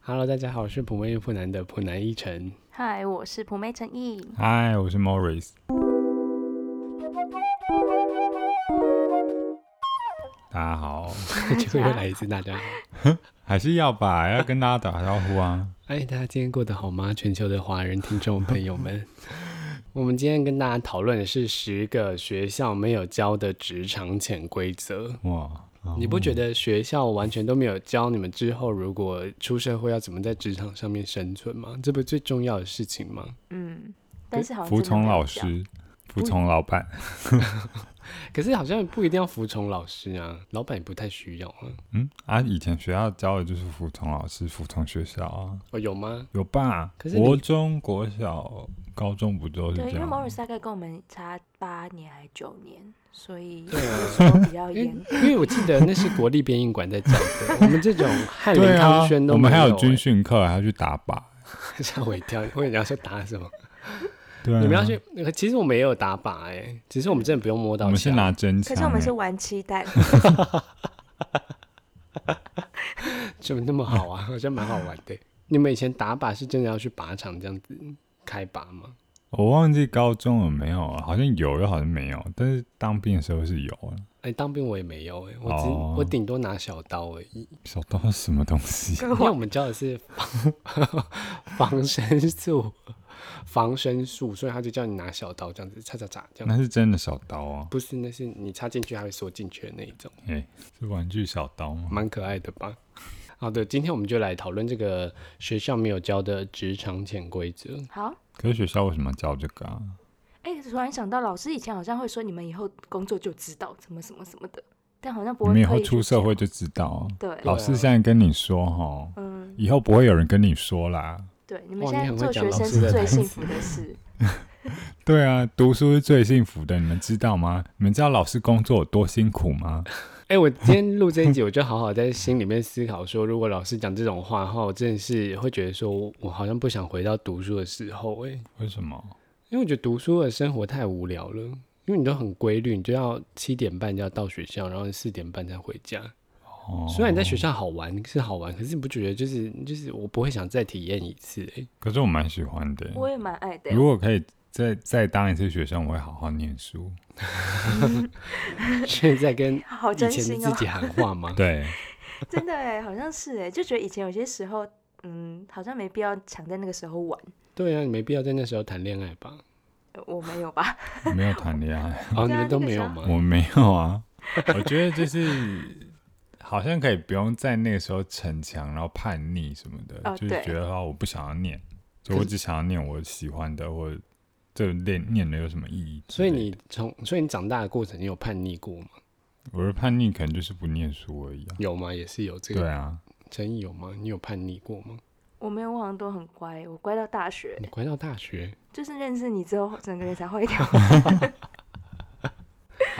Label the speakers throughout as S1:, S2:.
S1: Hello，大家好，我是普妹普南的普南一晨。
S2: 嗨，我是普妹陈毅。
S3: 嗨，我是 Morris。大家好，
S1: 就又来一次，大家好。
S3: 还是要吧，要跟大家打招呼 啊。
S1: 哎，大家今天过得好吗？全球的华人听众朋友们， 我们今天跟大家讨论的是十个学校没有教的职场潜规则。
S3: 哇，
S1: 你不觉得学校完全都没有教你们之后，如果出社会要怎么在职场上面生存吗？这不是最重要的事情吗？
S2: 嗯，但是好像
S3: 服
S2: 真的
S3: 从
S2: 没有
S3: 老
S2: 教，
S3: 师，服从老板，
S1: 可是好像不一定要服从老师啊，老板也不太需要啊。
S3: 嗯啊，以前学校教的就是服从老师，服从学校啊，
S1: 哦，有吗？
S3: 有吧？
S1: 可是你
S3: 国中、国小、高中不都是
S2: 对，
S3: 这
S2: 因为
S3: 样？
S2: Morris 大概跟我们差八年还九年，所以
S1: 对啊
S2: 有时候比较
S1: 因为
S2: 严。
S1: 因为我记得那是国立编译馆在教的，我们这种 翰林
S3: 对啊
S1: 康轩，都
S3: 我们
S1: 没
S3: 还
S1: 有
S3: 有军
S1: 欸
S3: 训课，还要去打靶。
S1: 吓我一跳，我以为你要说打什么？
S3: 对啊，
S1: 你们要去？呃其实我们也有打靶哎、只是我们真的不用摸到枪。
S3: 我们是拿真
S2: 可
S3: 枪欸，
S2: 是我们是玩七 蛋，
S1: 怎么那么好啊？好像蛮好玩的。你们以前打靶是真的要去靶场这样子开靶吗？
S3: 我忘记高中有没有了，好像有又好像没有，但是当兵的时候是有啊了。
S1: 哎、当兵我也没有哎、我只、
S3: 哦
S1: 我顶多拿小刀而已，
S3: 小刀是什么东西？啊
S1: 因为我们教的是防 防身术，防身术，所以他就叫你拿小刀这样子，叉叉叉这样。
S3: 那是真的小刀啊！
S1: 不是，那是你插进去它会缩进去的那一种，
S3: 哎、是玩具小刀吗？
S1: 蛮可爱的吧？好的，今天我们就来讨论这个学校没有教的职场潜规则。
S2: 好。
S3: 可是学校为什么教这个啊？
S2: 哎、突然想到，老师以前好像会说你们以后工作就知道什么什么什么的，但好像不
S3: 你
S2: 会
S3: 们以后
S2: 刻意去
S3: 出社会
S2: 讲
S3: 就知道啊。
S2: 对，
S3: 老师现在跟你说哈，
S2: 嗯，
S3: 以后不会有人跟你说啦。
S2: 对，你们
S1: 哇
S2: 现
S1: 你
S2: 在
S1: 很会
S2: 做
S1: 讲
S2: 学
S1: 老
S2: 生
S1: 师
S2: 是
S1: 的
S2: 最
S1: 台
S2: 幸
S1: 词
S2: 福的 事。
S3: 对啊，读书是最幸福的，你们知道吗？你们知道老师工作有多辛苦吗？
S1: 哎、我今天录这一集，我就好好在心里面思考说，如果老师讲这种话的话，我真的是会觉得说，我我好像不想回到读书的时候、哎，
S3: 为什么？
S1: 因为我觉得读书的生活太无聊了，因为你都很规律，你就要七点半就要到学校，然后四点半才回家。
S3: 哦，
S1: 虽然你在学校好玩是好玩，可是你不觉得就是就是我不会想再体验一次、哎，
S3: 可是我蛮喜欢的。
S2: 我也蛮爱的。
S3: 嗯如果可以再再当一次学生，我会好好念书。
S1: 现在跟以
S2: 好真
S1: 前的
S2: 心
S1: 自
S2: 哦，
S1: 己喊话吗？
S3: 对，
S2: 真的哎，好像是哎，就觉得以前有些时候，嗯，好像没必要抢在那个时候玩。
S1: 对啊，你没必要在那时候谈恋爱吧？
S2: 呃我没有吧？
S3: 没有谈恋爱。
S1: 哦，你
S2: 对啊
S1: 们都
S2: 那个
S1: 没
S2: 时
S1: 有
S2: 候
S1: 吗？
S3: 我没有啊，我觉得就是好像可以不用在那个时候逞强，然后叛逆什么的，
S2: 哦
S3: 就是
S2: 对
S3: 觉得啊我不想要念，就
S1: 可
S3: 我
S1: 是
S3: 只想要念我喜欢的，或者这念念的有什么意义之
S1: 所以
S3: 类的？
S1: 你从所以你长大的过程，你有叛逆过吗？
S3: 我的叛逆可能就是不念书而已啊。
S1: 有吗？也是有这个
S3: 对啊，
S1: 陈毅有吗？你有叛逆过吗？
S2: 我没有，我好像都很乖，我乖到大学
S1: 你，乖到大学。
S2: 就是认识你之后，整个人才坏掉。
S1: 好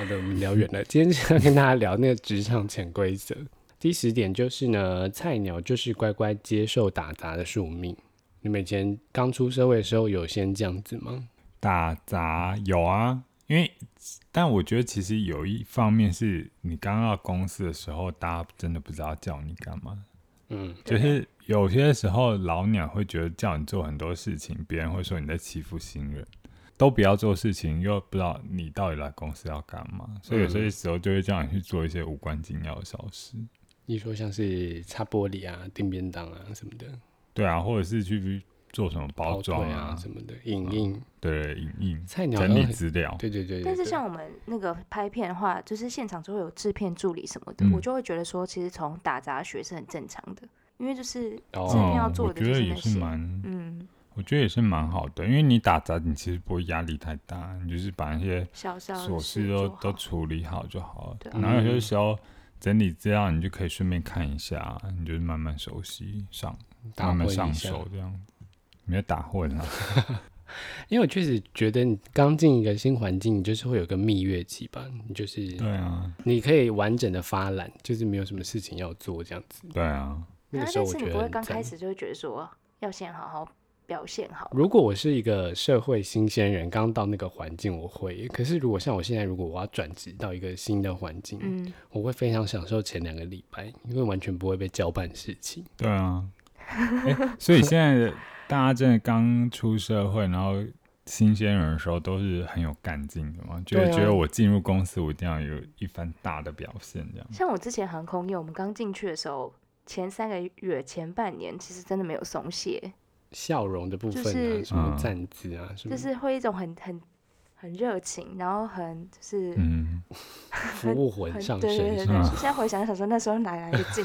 S1: 的，我们聊远了。 今天是要跟大家聊那个职场潜规则。第十点就是呢，菜鸟就是乖乖接受打杂的宿命。你们以前刚出社会的时候，有先这样子吗？
S3: 打杂有啊，因为但我觉得其实有一方面是你刚到公司的时候，大家真的不知道叫你干嘛，
S1: 嗯，
S3: 就是有些时候老鸟会觉得叫你做很多事情，别人会说你在欺负新人，都不要做事情，又不知道你到底来公司要干嘛，所以有
S2: 嗯
S3: 些时候就会叫你去做一些无关紧要的小事，
S1: 你说像是擦玻璃啊、订便当啊什么的，
S3: 对啊，或者是去做什么包
S1: 跑腿
S3: 装
S1: 啊什么的，影印、
S3: 对，影印、
S1: 菜鸟
S3: 整
S1: 都
S3: 理
S1: 很
S3: 资料，
S1: 对对对对
S2: 但是
S1: 对
S2: 像我们那个拍片的话，就是现场就会有制片助理什么的，
S3: 嗯
S2: 我就会觉得说，其实从打杂学是很正常的，因为就是制
S1: 哦
S2: 片要做
S3: 嗯我
S2: 的
S3: 觉
S2: 就
S3: 得
S2: 是
S3: 也
S2: 那
S3: 是
S2: 些。
S3: 蛮，
S2: 嗯，
S3: 我觉得也是蛮好的，因为你打杂，你其实不会压力太大，你就是把那些
S2: 小小的
S3: 琐事都
S2: 做好
S3: 都处理好就好了
S2: 对。
S3: 然后有些时
S1: 嗯
S3: 候整理资料，你就可以顺便看一下，你就是慢慢熟悉上，
S1: 打
S3: 慢
S1: 混
S3: 慢
S1: 一下
S3: 上手这样子。没有打混啊，
S1: 因为我确实觉得你刚进一个新环境，你就是会有个蜜月期吧，你就是
S3: 对啊，
S1: 你可以完整的发懒，就是没有什么事情要做这样子。
S3: 对啊，
S1: 那个
S2: 然后
S1: 时候
S2: 但
S1: 我
S2: 是
S1: 觉
S2: 你
S1: 得
S2: 不会
S1: 很
S2: 刚
S1: 赞
S2: 开始就会觉得说，要先好好表现好。
S1: 如果我是一个社会新鲜人，刚到那个环境，我会。可是如果像我现在，如果我要转职到一个新的环境，
S2: 嗯，
S1: 我会非常享受前两个礼拜，因为完全不会被交办事情。
S3: 对啊，哎，所以现在的大家真的刚出社会，然后新鲜人的时候都是很有干劲的嘛，就
S1: 对
S3: 是
S1: 啊
S3: 觉得我进入公司，我一定要有一番大的表现这样。
S2: 像我之前航空业，我们刚进去的时候，前三个月、前半年，其实真的没有松懈，
S1: 笑容的部分啊，
S2: 就是
S1: 什么
S3: 嗯
S1: 站姿啊，什么
S2: 就是会一种很很很热情，然后很就是
S3: 嗯，
S1: 服务魂
S2: 很
S1: 上
S2: 对对
S1: 身
S2: 对
S1: 是
S2: 对。
S1: 吗，
S2: 现在回想想说那时候哪来的劲？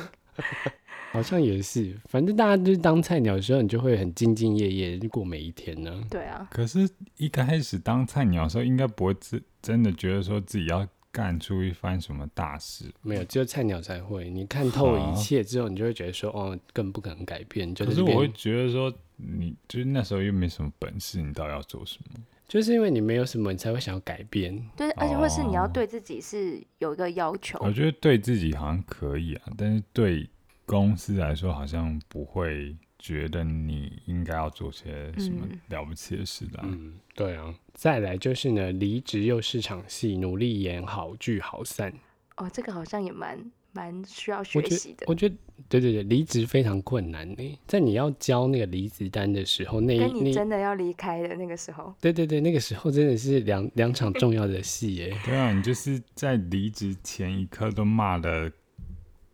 S1: 好像也是。反正大家就是当菜鸟的时候，你就会很兢兢业业地过每一天呢、
S2: 对啊，
S3: 可是一开始当菜鸟的时候，应该不会真真的觉得说自己要干出一番什么大事。
S1: 没有，只有菜鸟才会。你看透
S3: 好
S1: 一切之后，你就会觉得说，哦，更不可能改变。就
S3: 可
S1: 在
S3: 是
S1: 这
S3: 我会
S1: 边，
S3: 觉得说，你就是那时候又没什么本事，你到底要做什么？
S1: 就是因为你没有什么，你才会想要改变。
S2: 对，而且或是你要
S3: 哦
S2: 对自己是有一个要求，
S1: 哦
S3: 我觉得对自己好像可以啊，但是对公司来说好像不会觉得你应该要做些什么
S2: 嗯
S3: 了不起的事的、啊。
S1: 嗯，对啊。再来就是呢，离职又是场戏，努力演好聚好散。
S2: 哦，这个好像也蛮蛮需要
S1: 我
S2: 学
S1: 觉
S2: 习
S1: 得
S2: 的，。
S1: 我觉得，对对对，离职非常困难呢。在你要交那个离职单的时候，那一
S2: 跟你
S1: 那
S2: 真的要离开的那个时候，
S1: 对对对，那个时候真的是两两场重要的戏耶。
S3: 对啊，你就是在离职前一刻都骂的，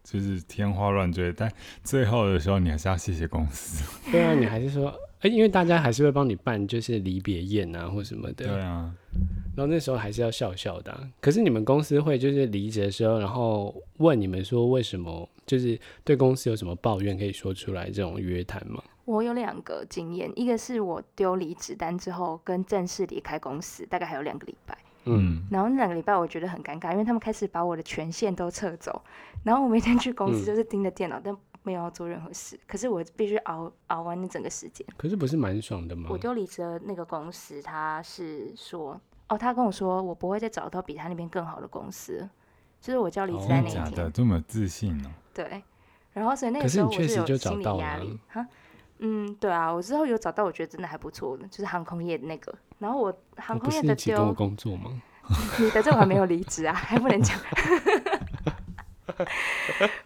S3: 就是天花乱坠，但最后的时候你还是要谢谢公司。
S1: 对啊，你还是说，哎，因为大家还是会帮你办，就是离别宴啊或什么的。
S3: 对啊，
S1: 然后那时候还是要笑笑的啊、可是你们公司会就是离职的时候，然后问你们说为什么，就是对公司有什么抱怨可以说出来这种约谈吗？
S2: 我有两个经验，一个是我丢离职单之后跟正式离开公司，大概还有两个礼拜。
S1: 嗯，
S2: 然后那两个礼拜我觉得很尴尬，因为他们开始把我的权限都撤走，然后我每天去公
S1: 嗯
S2: 司就是盯着电脑，但没有要做任何事。可是我必须熬熬完那整个时间。
S1: 可是不是蛮爽的吗
S2: 我？丢离职的那个公司，他是说，哦，他跟我说我不会再找到比他那边更好的公司了，就是我叫离职
S1: 哦
S2: 单那
S3: 真的
S2: 一
S1: 真
S2: 天。
S3: 假的？这么自信哦呢、
S2: 对，然后所以那
S1: 可
S2: 个
S1: 是
S2: 时候
S1: 你
S2: 我
S1: 确
S2: 是
S1: 实就
S2: 有
S1: 找
S2: 心理
S1: 到
S2: 压
S1: 了
S2: 力哈。嗯，对啊，我之后有找到，我觉得真的还不错的，就是航空业的那个。然后我航
S1: 哦你不
S2: 空业
S1: 是
S2: 的
S1: 一起跟我
S2: 丢，
S1: 工作吗？
S2: 你的这我还没有离职啊，还不能讲。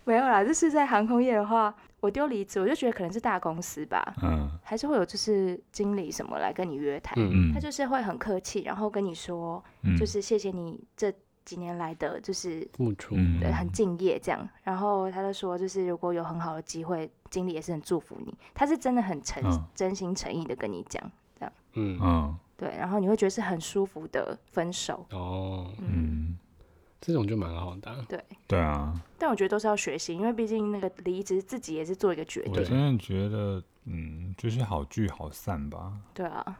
S2: 没有啦，就是在航空业的话，我丢离职，我就觉得可能是大公司吧，
S3: 嗯
S2: 还是会有就是经理什么来跟你约谈，
S1: 嗯，
S2: 他
S3: 嗯
S2: 就是会很客气，然后跟你说，
S3: 嗯，
S2: 就是谢谢你这几年来的就是
S1: 付出，
S3: 嗯
S2: 对，很敬业这样。然后他就说，就是如果有很好的机会，经理也是很祝福你。他是真的很诚、
S3: 嗯
S2: 真心诚意的跟你讲，
S1: 嗯，
S3: 嗯
S2: 对。然后你会觉得是很舒服的分手，
S1: 哦，
S2: 嗯，
S3: 嗯，
S1: 这种就蛮好的啊、
S2: 对。
S3: 对啊，
S2: 但我觉得都是要学习，因为毕竟那个离职自己也是做一个决
S3: 我
S2: 定，
S3: 真的觉得，嗯，就是好聚好散吧。
S2: 对啊，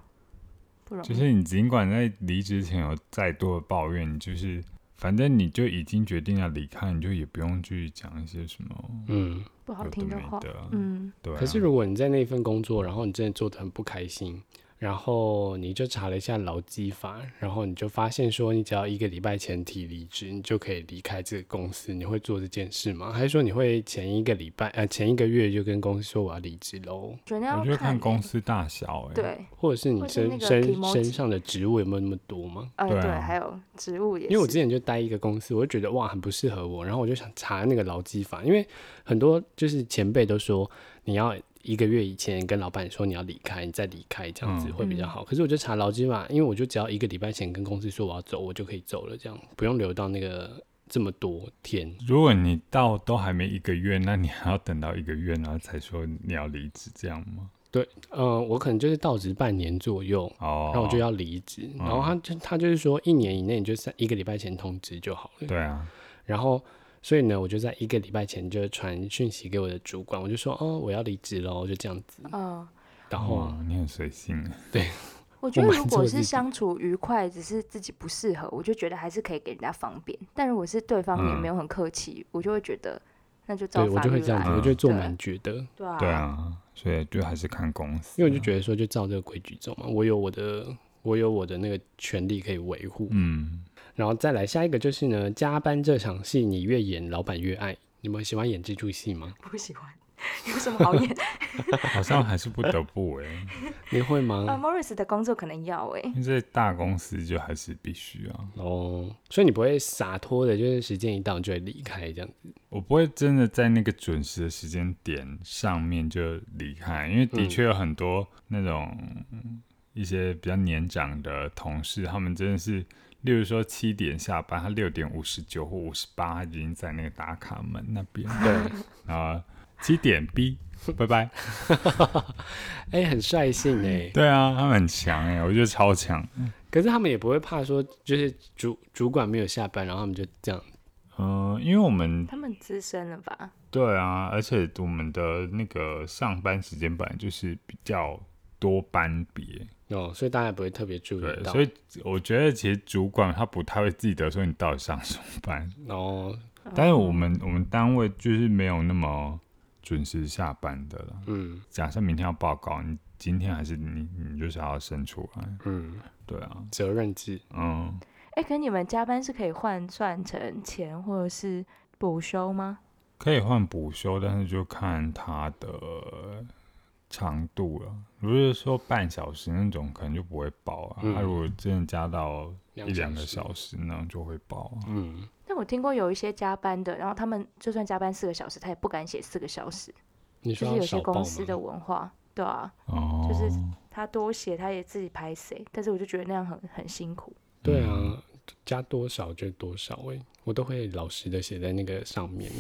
S2: 不容易。
S3: 就是你尽管在离职前有再多的抱怨，你就是反正你就已经决定要离开，你就也不用去讲一些什么
S1: 嗯，
S2: 不好
S3: 有
S2: 听
S3: 的
S2: 的
S3: 没
S2: 话，
S3: 的啊。
S2: 嗯，
S3: 对啊、
S1: 可是如果你在那一份工作，然后你真的做的很不开心，然后你就查了一下劳基法，然后你就发现说，你只要一个礼拜前提离职，你就可以离开这个公司，你会做这件事吗？还是说你会前一个礼拜呃前一个月就跟公司说我要离职喽？
S2: 觉得
S3: 我
S2: 要
S3: 觉得看
S2: 看
S3: 公
S2: 欸
S3: 司大小、欸，，
S2: 对，
S1: 或者是你
S2: 或是
S1: 身
S2: 那个
S1: 身
S2: kimoji
S1: 身上的职务有没有那么多吗？
S2: 呃，
S3: 对啊
S2: 对，还有职务也是，
S1: 因为我之前就待一个公司，我就觉得哇很不适合我，然后我就想查那个劳基法，因为很多就是前辈都说你要一个月以前跟老板说你要离开，你再离开这样子
S3: 嗯
S1: 会比较好。可是我就查劳基法，因为我就只要一个礼拜前跟公司说我要走，我就可以走了，这样不用留到那个这么多天。
S3: 如果你到都还没一个月，那你还要等到一个月，然后才说你要离职，这样吗？
S1: 嗯、我可能就是到职半年左右，
S3: 哦，
S1: 然后我就要离职。然后他就他就是说一年以内你就三一个礼拜前通知就好了。
S3: 对啊，
S1: 然后，所以呢，我就在一个礼拜前就传讯息给我的主管，我就说，哦，我要离职喽，就这样子。
S2: 嗯。
S1: 然后啊，
S3: 哇，你很随性欸，
S2: 我觉
S1: 我
S2: 得
S1: 蛮
S2: 如
S1: 做
S2: 果
S1: 自己
S2: 是相处愉快，只是自己不适合，我就觉得还是可以给人家方便。但如果是对方也
S3: 嗯
S2: 没有很客气，我就会觉得那就照
S1: 对我
S2: 法
S1: 就
S2: 律
S1: 会这样子，
S2: 来
S1: 我就做
S2: 对
S1: 蛮绝的，
S2: 对啊，
S3: 对啊，所以就还是看公司，
S1: 因为我就觉得说，就照这个规矩走嘛，我有我的，我有我的那个权利可以维护。
S3: 嗯，
S1: 然后再来下一个就是呢，加班这场戏，你越演，老板越爱。你们喜欢演这出戏吗？
S2: 不喜欢。 有什么 好演？
S3: 好像还是不得不哎、
S1: 你会
S2: 啊
S1: 吗？
S2: ，Morris 的工作可能要哎、
S3: 因为这大公司就还是必须啊。
S1: 哦，所以你不会洒脱的，就是时间一到你就会离开这样子。
S3: 我不会真的在那个准时的时间点上面就离开，因为的确有很多那种嗯一些比较年长的同事，他们真的是，例如说七点下班，他六点五十九或五十八已经在那个打卡门那边，
S1: 对，
S3: 然后七点 B，拜拜。
S1: 哎、很率性哎、
S3: 对啊，他们很强哎、我觉得超强。
S1: 可是他们也不会怕说，就是主主管没有下班，然后他们就这样。
S3: 嗯、因为我们
S2: 他们资深了吧？
S3: 对啊，而且我们的那个上班时间本来就是比较多班别，
S1: 哦，所以大家也不会特别注意
S3: 对，
S1: 到。
S3: 所以我觉得其实主管他不太会记得说你到底上什么班，
S1: 哦，
S3: 但是我们我们单位就是没有那么准时下班的啦。
S1: 嗯
S3: 假设明天要报告，你今天还是你你就是要生出来，
S1: 嗯，
S3: 对啊，
S1: 责任制
S3: 嗯，
S2: 哎、可你们加班是可以换算成钱或者是补休吗？
S3: 可以换补休，但是就看它的长度了。如果是说半小时那种，可能就不会报啊。
S1: 嗯
S3: 它、如果真的加到
S1: 两
S3: 一两个
S1: 时
S3: 小时，那种就会报啊。
S1: 嗯，
S2: 但我听过有一些加班的，然后他们就算加班四个小时，他也不敢写四个小时，
S1: 你
S2: 就
S1: 说
S2: 是
S1: 要
S2: 有些
S1: 少报
S2: 公司的
S3: 嗯
S1: 吗？
S2: 文化，对啊，
S3: 哦，
S2: 就是他多写他也自己拍谁，但是我就觉得那样很很辛苦。
S1: 对啊，加多少就多少哎、我都会老实的写在那个上面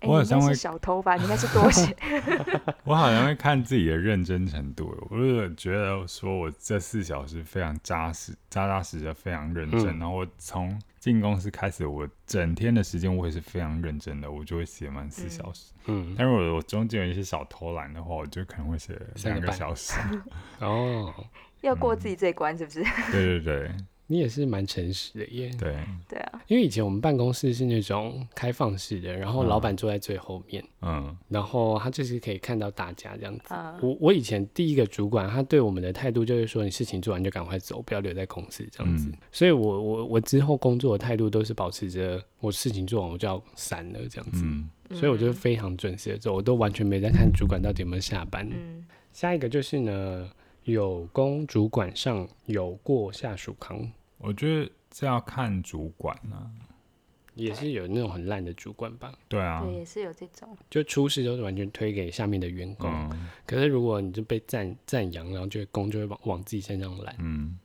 S1: 哎、
S2: 哎、
S3: 我
S2: 你
S3: 好
S2: 应
S3: 像
S2: 该
S3: 会
S2: 是小偷吧？你应该是多 写。
S3: 我好像会看自己的认真程度，我就觉得说我这四小时非常扎实、扎扎实实的非常认真。
S1: 嗯
S3: 然后我从进公司开始，我整天的时间我也是非常认真的，我就会写满四小时。
S1: 嗯，
S3: 但是我我中间有一些小偷懒的话，我就可能会写
S1: 三个
S3: 两个
S1: 半
S3: 小时。
S1: 哦，
S2: 要过自己这一关是不是？
S3: 对对对
S1: 你也是蛮诚实的耶。
S3: 对，
S2: 对啊，
S1: 因为以前我们办公室是那种开放式的，然后老板坐在最后面，
S3: 嗯，
S1: 然后他就是可以看到大家这样子。
S2: 啊、
S1: 我我以前第一个主管，他对我们的态度就是说，你事情做完就赶快走，不要留在公司这样子。
S3: 嗯
S1: 所以我我我之后工作的态度都是保持着，我事情做完我就要散了这样子。
S3: 嗯，
S1: 所以我就非常准时的走，我都完全没在看主管到底有没有下班。
S2: 嗯，
S1: 下一个就是呢，有供主管上有过下属扛，
S3: 我觉得这要看主管啊。
S1: 也是有那种很烂的主管吧，
S3: 对啊，
S2: 对，也是有这种。
S1: 就出事都是完全推给下面的员工。
S3: 嗯
S1: 可是如果你就被赞赞扬，然后就会功就会往往自己身上揽。
S3: 嗯，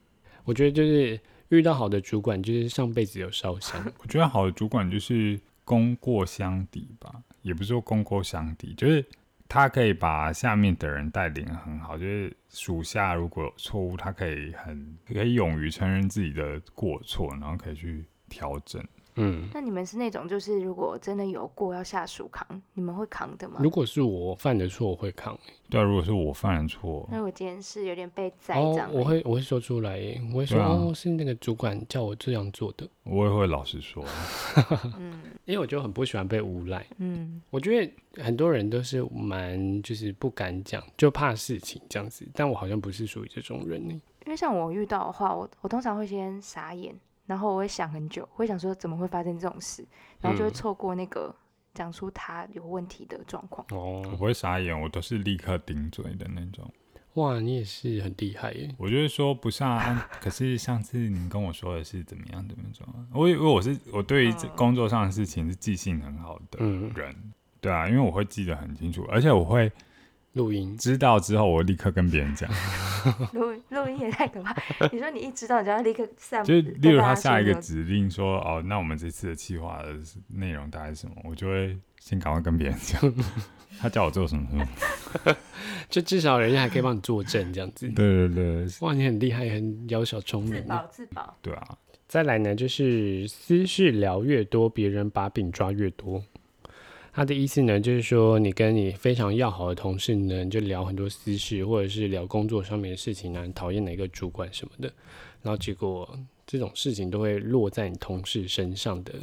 S1: 我觉得就是遇到好的主管，就是上辈子有烧香。
S3: 我觉得好的主管就是功过相抵吧，也不是说功过相抵，就是他可以把下面的人带领得很好，就是属下如果有错误，他可以很可以勇于承认自己的过错，然后可以去调整。
S1: 嗯，
S2: 那你们是那种就是如果真的有过要下属扛，你们会扛的吗？
S1: 如果是我犯的错，我会扛。
S3: 对啊，如果是我犯了错，
S2: 那我今天是有点被宰这
S1: 哦
S2: 样，欸、
S1: 我会我会说出来耶，我会说、
S3: 对啊
S1: 哦，是那个主管叫我这样做的，
S3: 我也会老实说。
S2: 嗯
S1: 因为我就很不喜欢被诬赖。
S2: 嗯，
S1: 我觉得很多人都是蛮就是不敢讲，就怕事情这样子。但我好像不是属于这种人欸呢。
S2: 因为像我遇到的话，我我通常会先傻眼，然后我会想很久，会想说怎么会发生这种事，然后就会
S1: 嗯
S2: 错过那个讲出他有问题的状况。
S3: 我
S1: 哦，
S3: 不会傻眼，我都是立刻顶嘴的那种。
S1: 哇，你也是很厉害欸耶。
S3: 我就是说不是啊， 啊可是上次你跟我说的是怎么样怎么样怎么样，我以为我是我对于这
S2: 嗯
S3: 工作上的事情是记性很好的
S1: 嗯，
S3: 人，对啊，因为我会记得很清楚，而且我会
S1: 录音
S3: 知道之后，我会立刻跟别人 讲，哦
S2: 录录音也太可怕！ 你说你一知道，你就要立刻散，
S3: 就是例如
S2: 跟大
S3: 他
S2: 家
S3: 下一
S2: 说
S3: 个
S2: 你有
S3: 指令说哦，那我们这次的计划的内容大概是什么，我就会先赶快跟别人 讲，他叫我做什么什么，
S1: 就至少人家还可以帮你作证这样子。
S3: 对对对
S1: 哇，你很厉害，很小小聪
S2: 自
S1: 明耶。
S2: 保自保。
S3: 对啊，
S1: 再来呢，就是私事聊越多，别人把柄抓越多。他的意思呢，就是说你跟你非常要好的同事呢，你就聊很多私事，或者是聊工作上面的事情啊，你讨厌哪个主管什么的，然后结果这种事情都会落在你同事身上的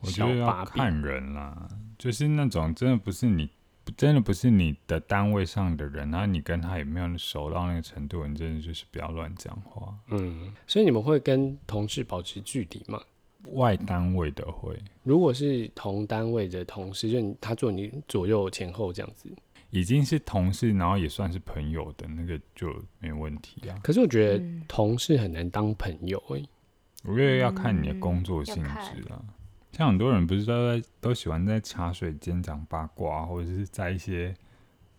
S3: 我觉
S1: 小
S3: 得要
S1: 把柄。
S3: 看人啦，就是那种真的不是你，不真的不是你的单位上的人，然后你跟他也没有熟到那个程度，你真的就是不要乱讲话。
S1: 嗯，所以你们会跟同事保持距离吗？
S3: 外单位的会，
S1: 如果是同单位的同事，就你他坐你左右前后这样子。
S3: 已经是同事，然后也算是朋友的那个就没问题啊。
S1: 可是我觉得
S2: 嗯，
S1: 同事很难当朋友欸诶、
S3: 我觉得要看你的工作性
S2: 嗯
S3: 质啊。像很多人不是都在都喜欢在茶水间讲八卦，啊或者是在一些，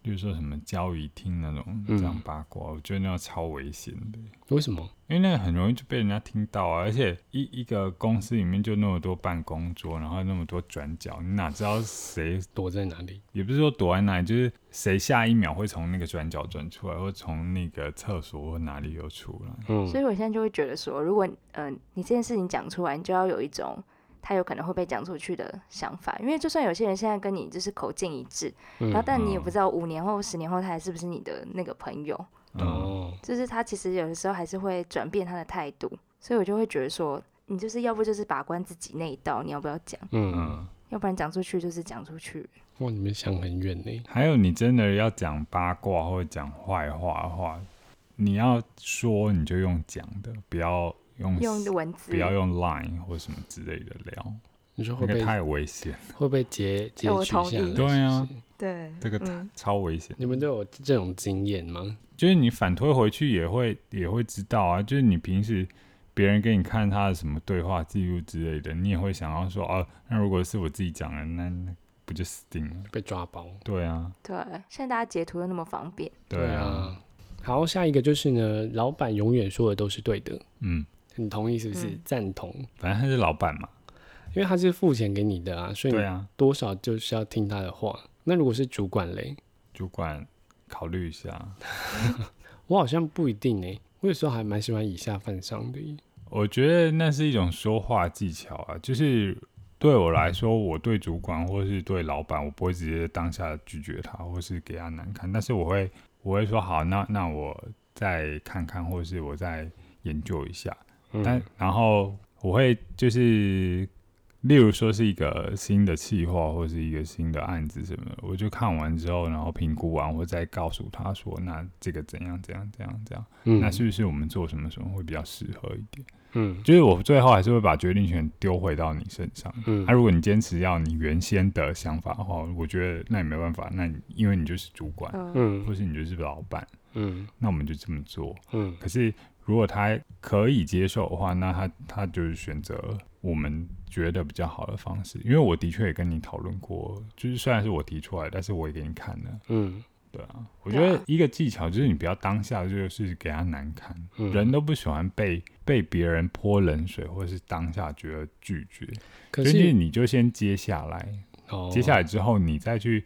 S3: 比如说什么交易厅那种
S1: 嗯
S3: 讲八卦，我觉得那样超危险的，
S1: 为什么？
S3: 因为那个很容易就被人家听到啊。而且一一个公司里面就那么多办公桌，然后那么多转角，你哪知道谁
S1: 躲在哪里？
S3: 也不是说躲在哪里，就是谁下一秒会从那个转角转出来，或从那个厕所或哪里又出来。
S1: 嗯
S2: 所以我现在就会觉得说，如果嗯、呃你这件事情讲出来，你就要有一种他有可能会被讲出去的想法，因为就算有些人现在跟你就是口径一致，
S1: 嗯
S2: 然后但你也
S3: 嗯
S2: 不知道五年后、十年后他还是不是你的那个朋友，
S3: 嗯，
S1: 哦，
S2: 就是他其实有的时候还是会转变他的态度，所以我就会觉得说，你就是要不就是把关自己那一道，你要不要讲，
S1: 嗯，
S3: 嗯
S2: 要不然讲出去就是讲出去，
S1: 哇，你们想很远欸呢、
S3: 还有你真的要讲八卦或者讲坏话的话，你要说你就用讲的，不要用
S2: 用文字
S3: 嗯不。要用 Line 或什么之类的聊，
S1: 你说会
S3: 那
S1: 被
S3: 个太危险，
S1: 会被截截
S2: 哎我
S1: 取下
S2: 同
S1: 来？
S2: 意
S3: 对啊
S1: 是不是
S2: 对，
S3: 这个
S2: 嗯
S3: 超危险。
S1: 你们都有这种经验吗？
S3: 就是你反推回去也会也会知道啊，就是你平时别人给你看他的什么对话记录之类的，你也会想要说哦，那如果是我自己讲的，那那不就死定了？
S1: 被抓包？
S3: 对啊，
S2: 对，现在大家截图又那么方便，
S3: 对啊，。
S1: 好，下一个就是呢，老板永远说的都是对的，
S3: 嗯，
S1: 你同意是不是
S2: 嗯？
S1: 赞、同，
S3: 反正他是老板嘛，
S1: 因为他是付钱给你的啊，所以你
S3: 对啊，
S1: 多少就是要听他的话。那如果是主管嘞，
S3: 主管考虑一下。
S1: 我好像不一定哎、我有时候还蛮喜欢以下犯上的耶。
S3: 我觉得那是一种说话技巧啊，就是对我来说，我对主管或是对老板，我不会直接当下拒绝他，或是给他难堪，但是我会我会说好，那那我再看看，或是我再研究一下，但
S1: 嗯
S3: 然后我会就是。例如说是一个新的企划或是一个新的案子什么的，我就看完之后，然后评估完，我再告诉他说，那这个怎样怎样怎样怎样，
S1: 嗯
S3: 那是不是我们做什么什么会比较适合一点？
S1: 嗯
S3: 就是我最后还是会把决定权丢回到你身上。
S1: 嗯
S3: 那、如果你坚持要你原先的想法的话，我觉得那也没办法。那你因为你就是主管，
S2: 嗯，
S1: 嗯
S3: 或是你就是老板，
S1: 嗯
S3: 那我们就这么做。
S1: 嗯
S3: 可是如果他可以接受的话，那他他就是选择我们觉得比较好的方式。因为我的确也跟你讨论过，就是虽然是我提出来，但是我也给你看了。
S1: 嗯
S3: 对啊，我觉
S2: 对啊
S3: 得一个技巧就是你不要当下就是给他难堪。
S1: 嗯，
S3: 人都不喜欢被被别人泼冷水，或者是当下觉得拒绝，
S1: 可
S3: 所以
S1: 是
S3: 你就先接下来，
S1: 哦
S3: 接下来之后你再去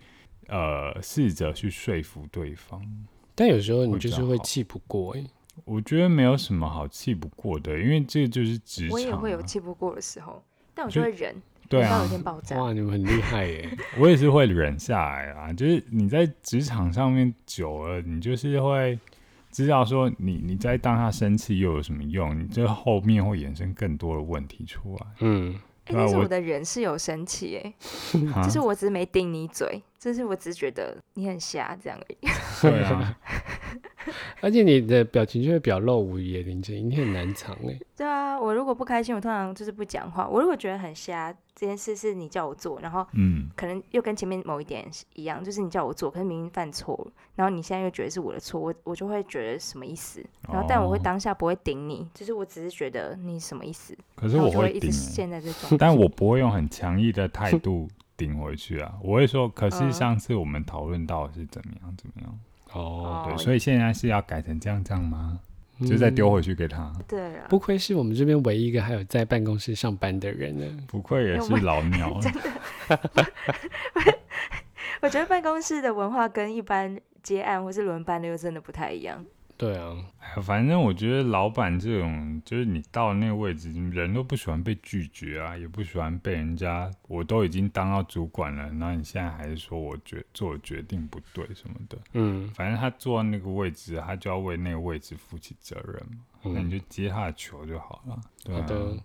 S3: 呃试着去说服对方。
S1: 但有时候你
S3: 会比
S1: 就是
S3: 较
S1: 会
S3: 好
S1: 气不过哎、
S3: 我觉得没有什么好气不过的，因为这就是职场、啊。
S2: 我也会有气不过的时候，但我
S3: 就
S2: 就会忍，
S3: 对
S2: 忍到
S3: 啊
S2: 有一，天爆炸。
S1: 哇，你们很厉害欸耶！
S3: 我也是会忍下来啊。就是你在职场上面久了，你就是会知道说你你在当下生气又有什么用？你这后面会衍生更多的问题出来。
S1: 嗯，
S2: 哎、
S3: 对啊
S2: 但是
S3: 我
S2: 我的人是有生气哎、
S3: 啊
S2: 就是我只是没顶你嘴，就是我只是觉得你很瞎这样而已。
S3: 对啊，
S1: 而且你的表情就会表露无遗耶，林晨，你很难藏哎。
S2: 对啊，我如果不开心，我通常就是不讲话。我如果觉得很瞎，这件事是你叫我做，然后
S3: 嗯。
S2: 可能又跟前面某一点一样，就是你叫我做，可是明明犯错了，然后你现在又觉得是我的错，我我就会觉得什么意思？然后但我会
S3: 哦
S2: 当下不会顶你，就是我只是觉得你什么意思，
S3: 可是
S2: 然后
S3: 我
S2: 我就会
S3: 会
S2: 一
S3: 顶
S2: 直
S3: 欸、
S2: 陷在这种。
S3: 但我不会用很强硬的态度顶回去啊。我会说，可是
S2: 嗯
S3: 上次我们讨论到的是怎么样怎么样，
S1: 哦
S3: 对，
S2: 哦嗯
S3: 所以现在是要改成这样这样吗？就再丢。回去给他，
S2: 对啊，
S1: 嗯不愧是我们这边唯一一个还有在办公室上班的人呢。
S3: 不愧也是老鸟啊，
S2: 我觉得办公室的文化跟一般接案或是轮班的又真的不太一样。
S1: 对啊，
S3: 哎呀 反正我觉得老板这种，就是你到那个位置，人都不喜欢被拒绝啊，也不喜欢被人家，我都已经当到主管了，然后你现在还是说我决做的决定不对什么的，
S1: 嗯
S3: 反正他坐那个位置，他就要为那个位置负起责任嘛。那你
S1: 嗯，
S3: 就接他的球就好了。对啊
S1: 好的。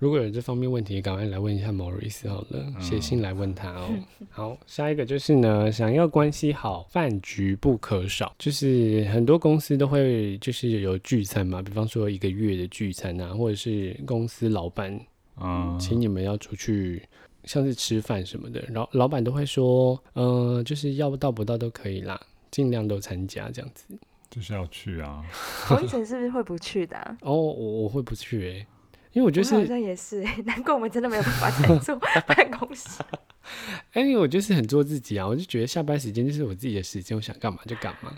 S1: 如果有这方面问题，赶快来问一下 Maurice 好了，
S3: 嗯
S1: 写信来问他 哦。好，下一个就是呢，想要关系好，饭局不可少。就是很多公司都会就是有聚餐嘛，比方说一个月的聚餐啊，或者是公司老板
S3: 嗯，
S1: 请你们要出去，像是吃饭什么的，然后老板都会说，嗯、就是要不到不到都可以啦，尽量都参加这样子。
S3: 就是要去啊。
S2: 洪一晨是不是会不去的啊、
S1: 哦，我我会不去诶、因为我就
S2: 我们好
S1: 是，
S2: 像也是， 难怪我们真的没有办法再做办公室。
S1: 哎、我就是很做自己啊，我就觉得下班时间就是我自己的时间，我想干嘛就干嘛。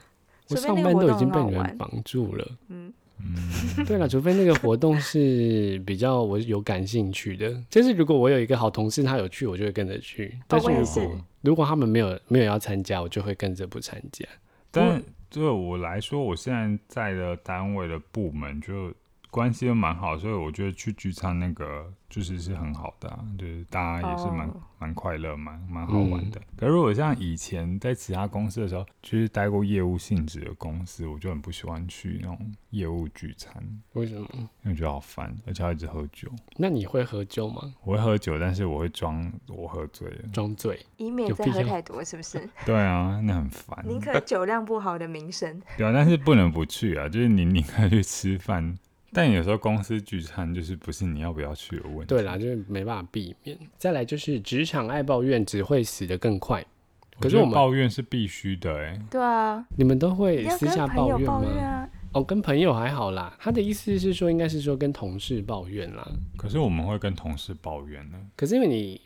S1: 我
S2: 除非
S1: 上
S2: 那个
S1: 班
S2: 活
S1: 都已
S2: 动
S1: 经
S2: 很
S1: 被
S2: 好
S1: 你们
S2: 玩
S1: 绑住了。
S2: 嗯，
S1: 对了，除非那个活动是比较我有感兴趣的，就是如果我有一个好同事他有去，我就会跟着去。但是
S2: 我也
S1: 如
S2: 是
S1: 果如果他们没有没有要参加，我就会跟着不参加。
S3: 但对我来说，我现在在的单位的部门就关系都蛮好，所以我觉得去聚餐那个就是是很好的、啊，就是大家也是蛮
S2: 哦
S3: 蛮、快乐，蛮蛮好玩的。可是我像以前在其他公司的时候，就是待过业务性质的公司，我就很不喜欢去那种业务聚餐，
S1: 为什么？
S3: 因为我觉得好烦，而且要一直喝酒。
S1: 那你会喝酒吗？
S3: 我会喝酒，但是我会装我喝醉了。
S1: 装醉？
S2: 以免
S1: 有
S2: 再
S1: 必
S2: 喝
S1: 要
S2: 太多，是不是？
S3: 对啊，那很烦。
S2: 宁可酒量不好的名声。
S3: 对啊，但是不能不去啊， 就是你宁可去吃饭，但有时候公司聚餐就是不是你要不要去的问题。
S1: 对啦，就是没办法避免。再来就是职场爱抱怨只会死得更快。
S3: 我
S1: 可
S3: 觉
S1: 是
S3: 得
S1: 我们
S3: 抱怨是必须的哎、
S2: 对啊，
S1: 你们都会
S2: 你要
S1: 私
S2: 跟
S1: 下
S2: 朋友
S1: 怨吗？
S2: 抱怨啊。
S1: 哦，跟朋友还好啦。他的意思是说，应该是说跟同事抱怨啦。
S3: 可是我们会跟同事抱怨呢。
S1: 可是因为你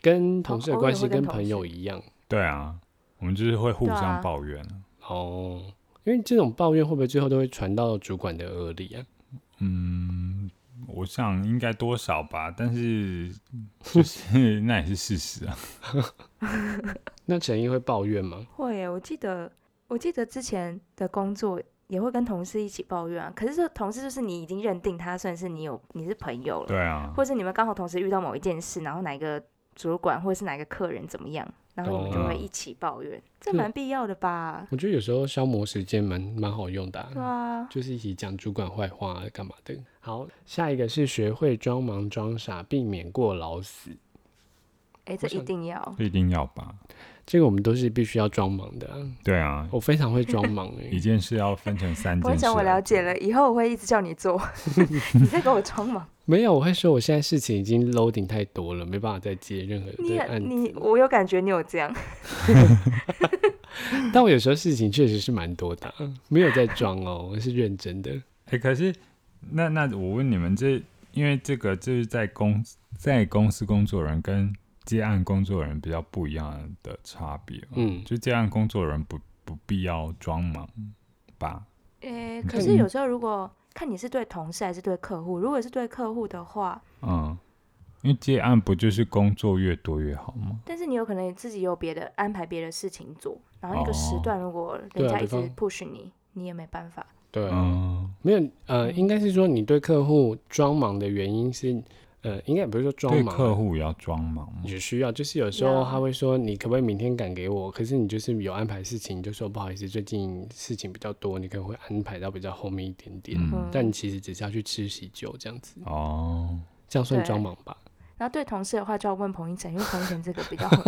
S1: 跟同事的
S2: 偶尔
S1: 关系
S2: 哦会跟
S1: 跟
S2: 同
S1: 朋友
S2: 事
S1: 一样。
S3: 对啊，我们就是会互
S2: 对啊
S3: 相抱怨啊。
S1: 哦，因为这种抱怨会不会最后都会传到主管的耳里啊？
S3: 嗯，我想应该多少吧，但是就是那也是 事实啊。
S1: 那陈毅会抱怨吗？
S2: 会耶，我记得我记得之前的工作也会跟同事一起抱怨啊。可是这同事就是你已经认定他算是你有你是朋友了，
S3: 对啊，
S2: 或是你们刚好同时遇到某一件事，然后哪一个主管或者是哪一个客人怎么样，然后你们就
S3: 懂
S2: 会
S3: 了
S2: 一起抱怨，这
S1: 对
S2: 蛮必要的吧？
S3: 嗯
S1: 我觉得有时候消磨时间蛮蛮好用的啊、
S2: 对啊，
S1: 就是一起讲主管坏话啊干嘛的。好，下一个是学会装忙装傻，避免过劳死。
S2: 哎，这
S1: 我想
S2: 一定要。
S3: 不一定要吧？
S1: 这个我们都是必须要装忙的啊、
S3: 对啊，
S1: 我非常会装忙欸诶、
S3: 一件事要分成三
S2: 我
S3: 件事啊
S2: 想
S3: 来
S2: 我了解了，以后我会一直叫你 做，你在给我装忙。
S1: 没有，我会说我现在事情已经 loading 太多了，没办法再接任何
S2: 你
S1: 的案
S3: 嗯
S2: 很你
S1: 子。
S2: 我有感觉你有这样，嗯
S1: 但我有时候事情确实是蛮多的啊、没有在装哦，我是认真的。
S3: 哎、可是那那我问你们这，因为这个就是在公在公司工作人跟接案工作人比较不一样的差别嘛。
S1: 嗯，
S3: 就接案工作人不不必要装忙吧？
S2: 诶，
S3: 可
S2: 可
S3: 嗯
S2: 是
S3: 是
S2: 有
S3: 有
S2: 时候如果看你是对同事还是对客户，如果是对客户的话，
S3: 嗯，因为接案不就是工作越多越好吗？嗯
S2: 但是你有可能自己有别的安排，别的事情做，然后那个时
S3: 哦
S2: 段如果
S1: 对
S2: 人
S1: 啊
S2: 家
S1: 比
S2: 一直
S1: 方
S2: push 你，你也没办法。
S1: 对啊、
S3: 嗯，
S1: 没有，呃，应该是说你对客户装忙的原因是，呃，应该也不是说装
S3: 对
S1: 忙啊，
S3: 客户也要装忙吗？
S1: 也需要，就是有时候
S2: Yeah
S1: 他会说你可不可以明天赶给我，可是你就是有安排事情，你就说不好意思，最近事情比较多，你可能会安排到比较后面一点点，
S3: 嗯
S2: 嗯，
S1: 但你其实只是要去吃喜酒这样子，
S3: 哦，
S1: 这样算
S2: 对
S1: 装忙吧？
S2: 然后对同事的话就要问彭一晨，因为彭一晨这个 比较混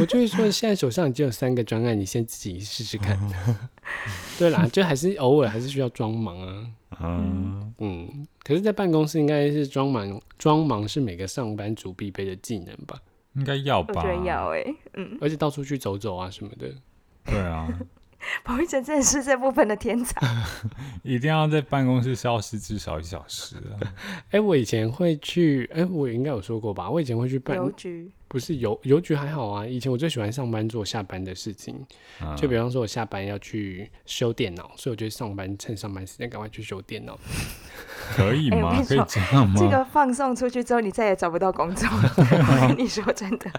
S1: 我就会说现在手上已经有三个专案，你先自己试试看。 对啦，就还是偶尔还是需要装忙啊。
S3: 嗯，
S1: 嗯，可是，在办公室应该是装忙，装忙是每个上班族必备的技能吧？
S3: 应该要
S2: 我
S3: 吧
S2: 觉？得要诶，嗯，
S1: 而且到处去走走啊什么的。
S3: 对啊，
S2: 彭一晨真的是这部分的天才。
S3: 一定要在办公室消失至少一小时啊。
S1: 哎、我以前会去，哎、我应该有说过吧？我以前会去办，
S2: 邮局
S1: 不是邮邮局还好啊。以前我最喜欢上班做下班的事情，
S3: 嗯
S1: 就比方说我下班要去修电脑，所以我就上班趁上班时间赶快去修电脑。
S3: 可以
S2: 哎我
S3: 吗？
S2: 跟你
S3: 可以
S2: 说
S3: 这
S1: 嗯
S3: 样吗？
S2: 这个放送出去之后，你再也找不到工 作了。我跟你说真的，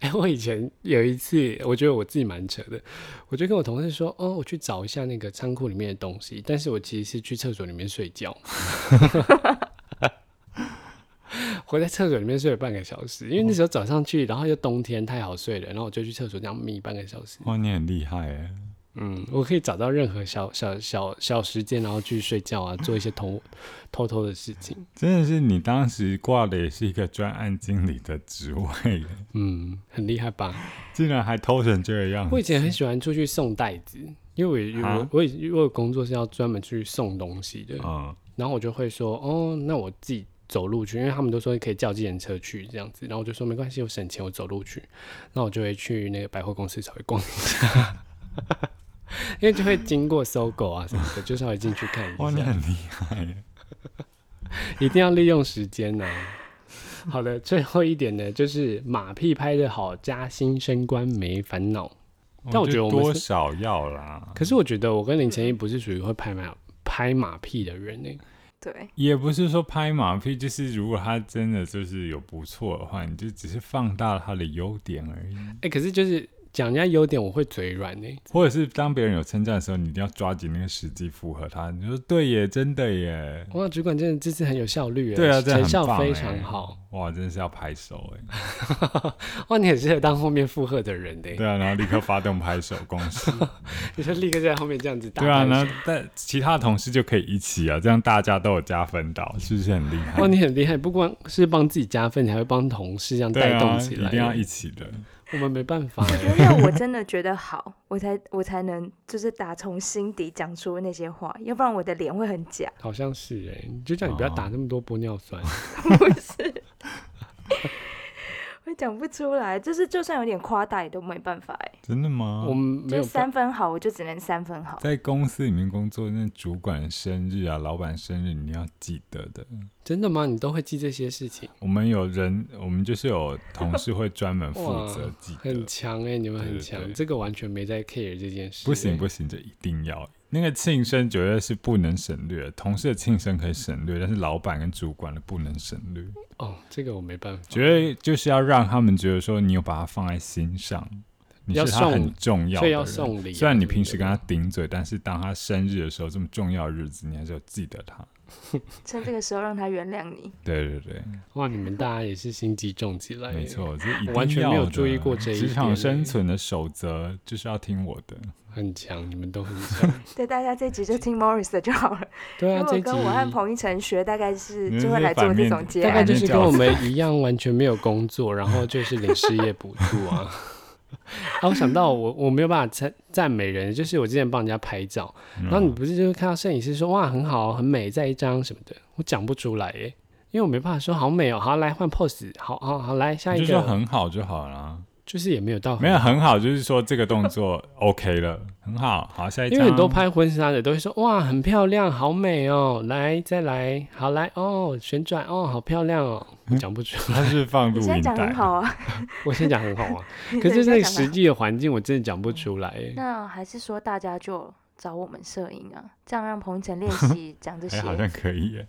S1: 哎、我以前有一次，我觉得我自己蛮扯的，我就跟我同事说，哦，我去找一下那个仓库里面的东西，但是我其实是去厕所里面睡觉。我在厕所里面睡了半个小时，因为那时候早上去，然后又冬天太好睡了，然后我就去厕所这样眯半个小时。
S3: 哇，你很厉害哎、
S1: 嗯，我可以找到任何小小小小时间，然后去睡觉啊，做一些偷偷偷的事情。
S3: 真的是你当时挂的也是一个专案经理的职位耶，
S1: 嗯，很厉害吧？
S3: 竟然还偷成这个样
S1: 我以
S3: 子。
S1: 前很喜欢出去送袋子，因为我有
S3: 啊
S1: 我我有我有工作是要专门出去送东西的，
S3: 嗯，
S1: 然后我就会说，哦，那我自己走路去，因为他们都说可以叫计程车去这样子，然后我就说没关系，我省钱，我走路去。那我就会去那个百货公司稍微逛一下，因为就会经过搜狗啊什么的，就稍微进去看一
S3: 哇，你
S1: 下，
S3: 很厉害耶，
S1: 一定要利用时间呐、好的，最后一点呢，就是马屁拍得好，加薪升官没烦恼。但我觉得我们
S3: 多
S1: 是
S3: 少要啦，
S1: 可是我觉得我跟林
S3: 嗯
S1: 晨一不是属于会拍马拍马屁的人欸呢、
S2: 对，
S3: 也不是说拍马屁，就是如果他真的就是有不错的话，你就只是放大他的优点而已，
S1: 哎、可是就是讲人家优点，我会嘴软欸呢、
S3: 或者是当别人有称赞的时候，你一定要抓紧那个时机附和他，你说对耶，真的耶，
S1: 哇，主管真的这次很有效率耶，
S3: 嗯对啊，这样
S1: 成
S3: 很
S1: 效
S3: 棒
S1: 非
S3: 耶
S1: 常好。，
S3: 哇，真的是要拍手哎，
S1: 哇，你很适合当后面附和的人的耶，
S3: 对啊，然后立刻发动拍手攻势，
S1: 你就立刻在后面这样子打
S3: 对啊，
S1: 拍手
S3: 然后但其他同事就可以一起啊，这样大家都有加分到，是不是很厉害
S1: 哦哇，？你很厉害，不光是帮自己加分，你还会帮同事这样
S3: 对
S1: 带动
S3: 啊，
S1: 起来。
S3: 一定要一起的。
S1: 我们没办法耶，
S2: 因为我真的觉得好，我才我才能就是打从心底讲出那些话，要不然我的脸会很假。
S1: 好像是哎，你就叫你不要打那么多玻尿酸。
S3: 啊
S2: 不是， 我讲不出来，就是就算有点夸大也都没办法哎、
S3: 真的吗？
S1: 我们没
S2: 就
S1: 有办
S2: 三分好，我就只能三分好。
S3: 在公司里面工作，那主管生日啊、老板生日，你要记得的。
S1: 真的吗？你都会记这些事情，
S3: 我们有人，我们就是有同事会专门负责
S1: 哇
S3: 记
S1: 很
S3: 得。
S1: 强哎，你们
S3: 对
S1: 很
S3: 对
S1: 强，
S3: 对
S1: 这个完全没在 care 这件事。
S3: 不行不行，这一定要。那个庆生绝对是不能省略的，同事的庆生可以省略，但是老板跟主管的不能省略，
S1: 哦，这个我没办法。
S3: 绝对就是要让他们觉得说你有把他放在心上，你
S1: 要
S3: 是他
S1: 送
S3: 很重要
S1: 所
S3: 的
S1: 以要
S3: 人。
S1: 送礼啊、
S3: 虽然你平时
S1: 对
S3: 跟
S1: 不
S3: 他顶嘴，但是当他生日的时候，这么重要的日子，你还是有记得他。
S2: 趁这个时候让他原谅你，
S3: 对对对。
S1: 对哇，你们大家也是心机重起来，
S3: 没，错，这是一
S1: 我
S3: 定
S1: 完全没有
S3: 要的
S1: 注意过这一
S3: 职场
S1: 点欸
S3: 生存的守则就是要听我的。
S1: 很强，你们都 很强。
S2: 对大家这集就听 Morris 的就好了。
S1: 对
S2: 如
S1: 啊，
S2: 果
S1: 这
S2: 跟我和
S1: 集
S2: 彭一晨学，大概是
S3: 你
S2: 就会
S3: 是
S2: 来做
S3: 反
S2: 这
S3: 面
S2: 种结
S1: 大概
S2: 案
S3: 反。
S1: 就是
S3: 面
S1: 跟
S3: 教
S1: 我
S3: 材
S1: 们一样，完全没有工作，然后就是领失业补助啊。啊，我想到我我没有办法赞赞美人，就是我之前帮人家拍照，
S3: 嗯
S1: 然后你不是就是看到摄影师说哇很好很美，再一张什么的，我讲不出来耶，因为我没办法说好美哦，好来换 pose，好好好来下
S3: 你
S1: 一
S3: 就说
S1: 个，
S3: 很好就好啦，
S1: 就是也没有到很
S3: 没有很好，就是说这个动作 OK 了，很好，好下一张。
S1: 因为很多拍婚纱的都会说哇，很漂亮，好美哦，来再来，好来哦，旋转哦，好漂亮哦，
S2: 嗯
S1: 我讲不出 来，
S3: 他是放
S2: 你
S3: 录
S2: 现在
S3: 音
S2: 讲
S3: 带
S2: 很，好 啊，
S1: 我先讲很好 啊，
S2: 你
S1: 可
S2: 现
S1: 是
S2: 在
S1: 那个
S2: 讲得
S1: 实
S2: 好
S1: 际的环境我真的讲不出来耶。
S2: 那还是说大家就找我们摄影啊，这样让彭一晨练习讲这
S3: 哎、
S2: 些。
S3: 好像可以耶。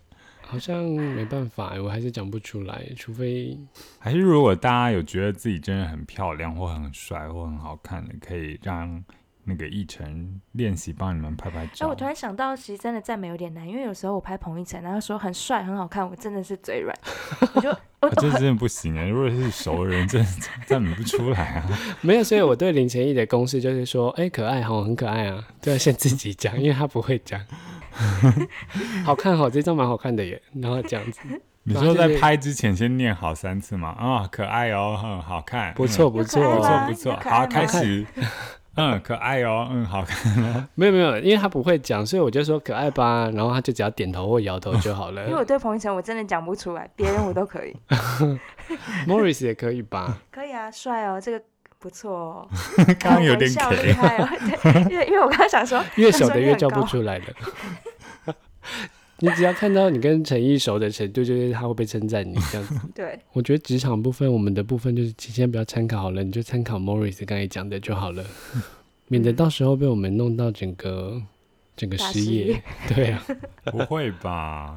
S1: 好像没办法欸，我还是讲不出来，除非
S3: 还是如果大家有觉得自己真的很漂亮或很帅或很好看的，可以让那个奕晨练习帮你们拍拍
S2: 哎，
S3: 照。
S2: 我突然想到，其实真的赞美有点难，因为有时候我拍彭一晨，然后说很帅、很好看，我真的是嘴软， 我就我
S3: 啊、这真的不行哎！如果是熟人，真的赞美不出来 啊。
S1: 没有。所以我对林晨毅的公式就是说，哎、可爱哈，很可爱啊，都要先自己讲，因为他不会讲。 好看哈，这张蛮好看的耶，然后这样子，
S3: 你
S1: 然后
S3: 说
S1: 就
S3: 在
S1: 是
S3: 拍之前先念好三次吗？啊、可爱哦，嗯，好看，
S1: 不
S3: 嗯
S1: 错不错
S2: 可爱
S3: 不错
S2: 吧
S3: 不错，
S2: 有可爱
S3: 好
S2: 吗
S3: 开始，嗯，可爱哦，嗯，好看，
S1: 没有没有，因为他不会讲，所以我就说可爱 吧，然后他就只要点头或摇头就好了
S2: 因。为我对彭一晨我真的讲不出来，别人我都可以，
S1: Morris 也可以吧？
S2: 可以啊，帅哦，这个不错 哦，
S3: 刚刚有
S2: 微
S3: 点
S2: 笑厉
S3: gay，
S2: 害哦，对，因为因为我刚刚想说，
S1: 越熟的越叫不出来了。 你只要看到你跟陈毅熟的程度，就是他会被称赞你这样子。
S2: 对，
S1: 我觉得职场部分，我们的部分就是请先不要参考好了，你就参考 Morris 刚才讲的就好了， 免得到时候被我们弄到整个整个
S2: 大
S1: 失
S2: 失
S1: 业
S2: 业。
S1: 对啊，
S3: 不会吧？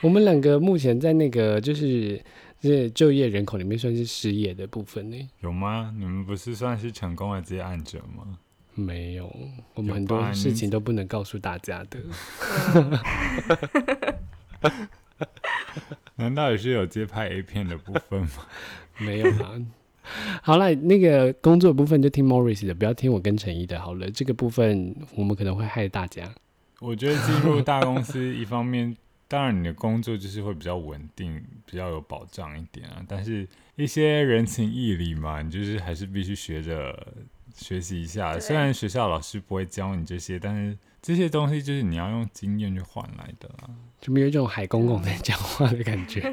S1: 我们两个目前在那个就是就是就业人口里面算是失业的部分呢。
S3: 有吗？你们不是算是成功的接案者吗？
S1: 没有，我们
S3: 有
S1: 很多
S3: 吧
S1: 事
S3: 你
S1: 情都不能告诉大家的。
S3: 难道也是有接拍 A 片的部分吗？
S1: 没有啦。 好了，那个工作部分就听 Morris 的，不要听我跟陈怡的。好了，这个部分我们可能会害大家。
S3: 我觉得进入大公司，一方面当然你的工作就是会比较稳定，比较有保障一点啊，但是一些人情义理嘛，你就是还是必须学着学习一下。
S2: 对
S3: 虽然学校老师不会教你这些，但是这些东西就是你要用经验去换来的啊啦。
S1: 怎么有一种海公公在讲话的感觉？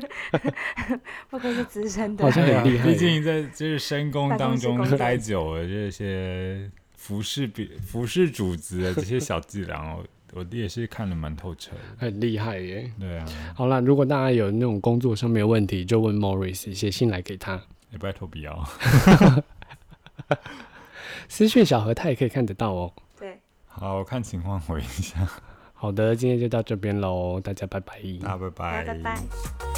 S2: 不愧是资深的
S1: 好，像很厉害耶。
S3: 啊毕竟在就是深宫
S2: 办公
S3: 当
S2: 室
S3: 中
S2: 工作
S3: 待久了，这些服饰比服饰主子的这些小伎俩，我我也是看得蛮透彻的。
S1: 很厉害耶。
S3: 对啊，
S1: 好啦，如果大家有那种工作上面的问题，就问 Morris 写信来给他，
S3: 也拜托不要。
S1: 私讯小何他也可以看得到哦。
S2: 对，
S3: 好，我看情况回一下，
S1: 好的，今天就到这边喽，大家拜拜。
S2: 哎
S3: 大家
S2: 好
S3: 拜
S2: 拜拜。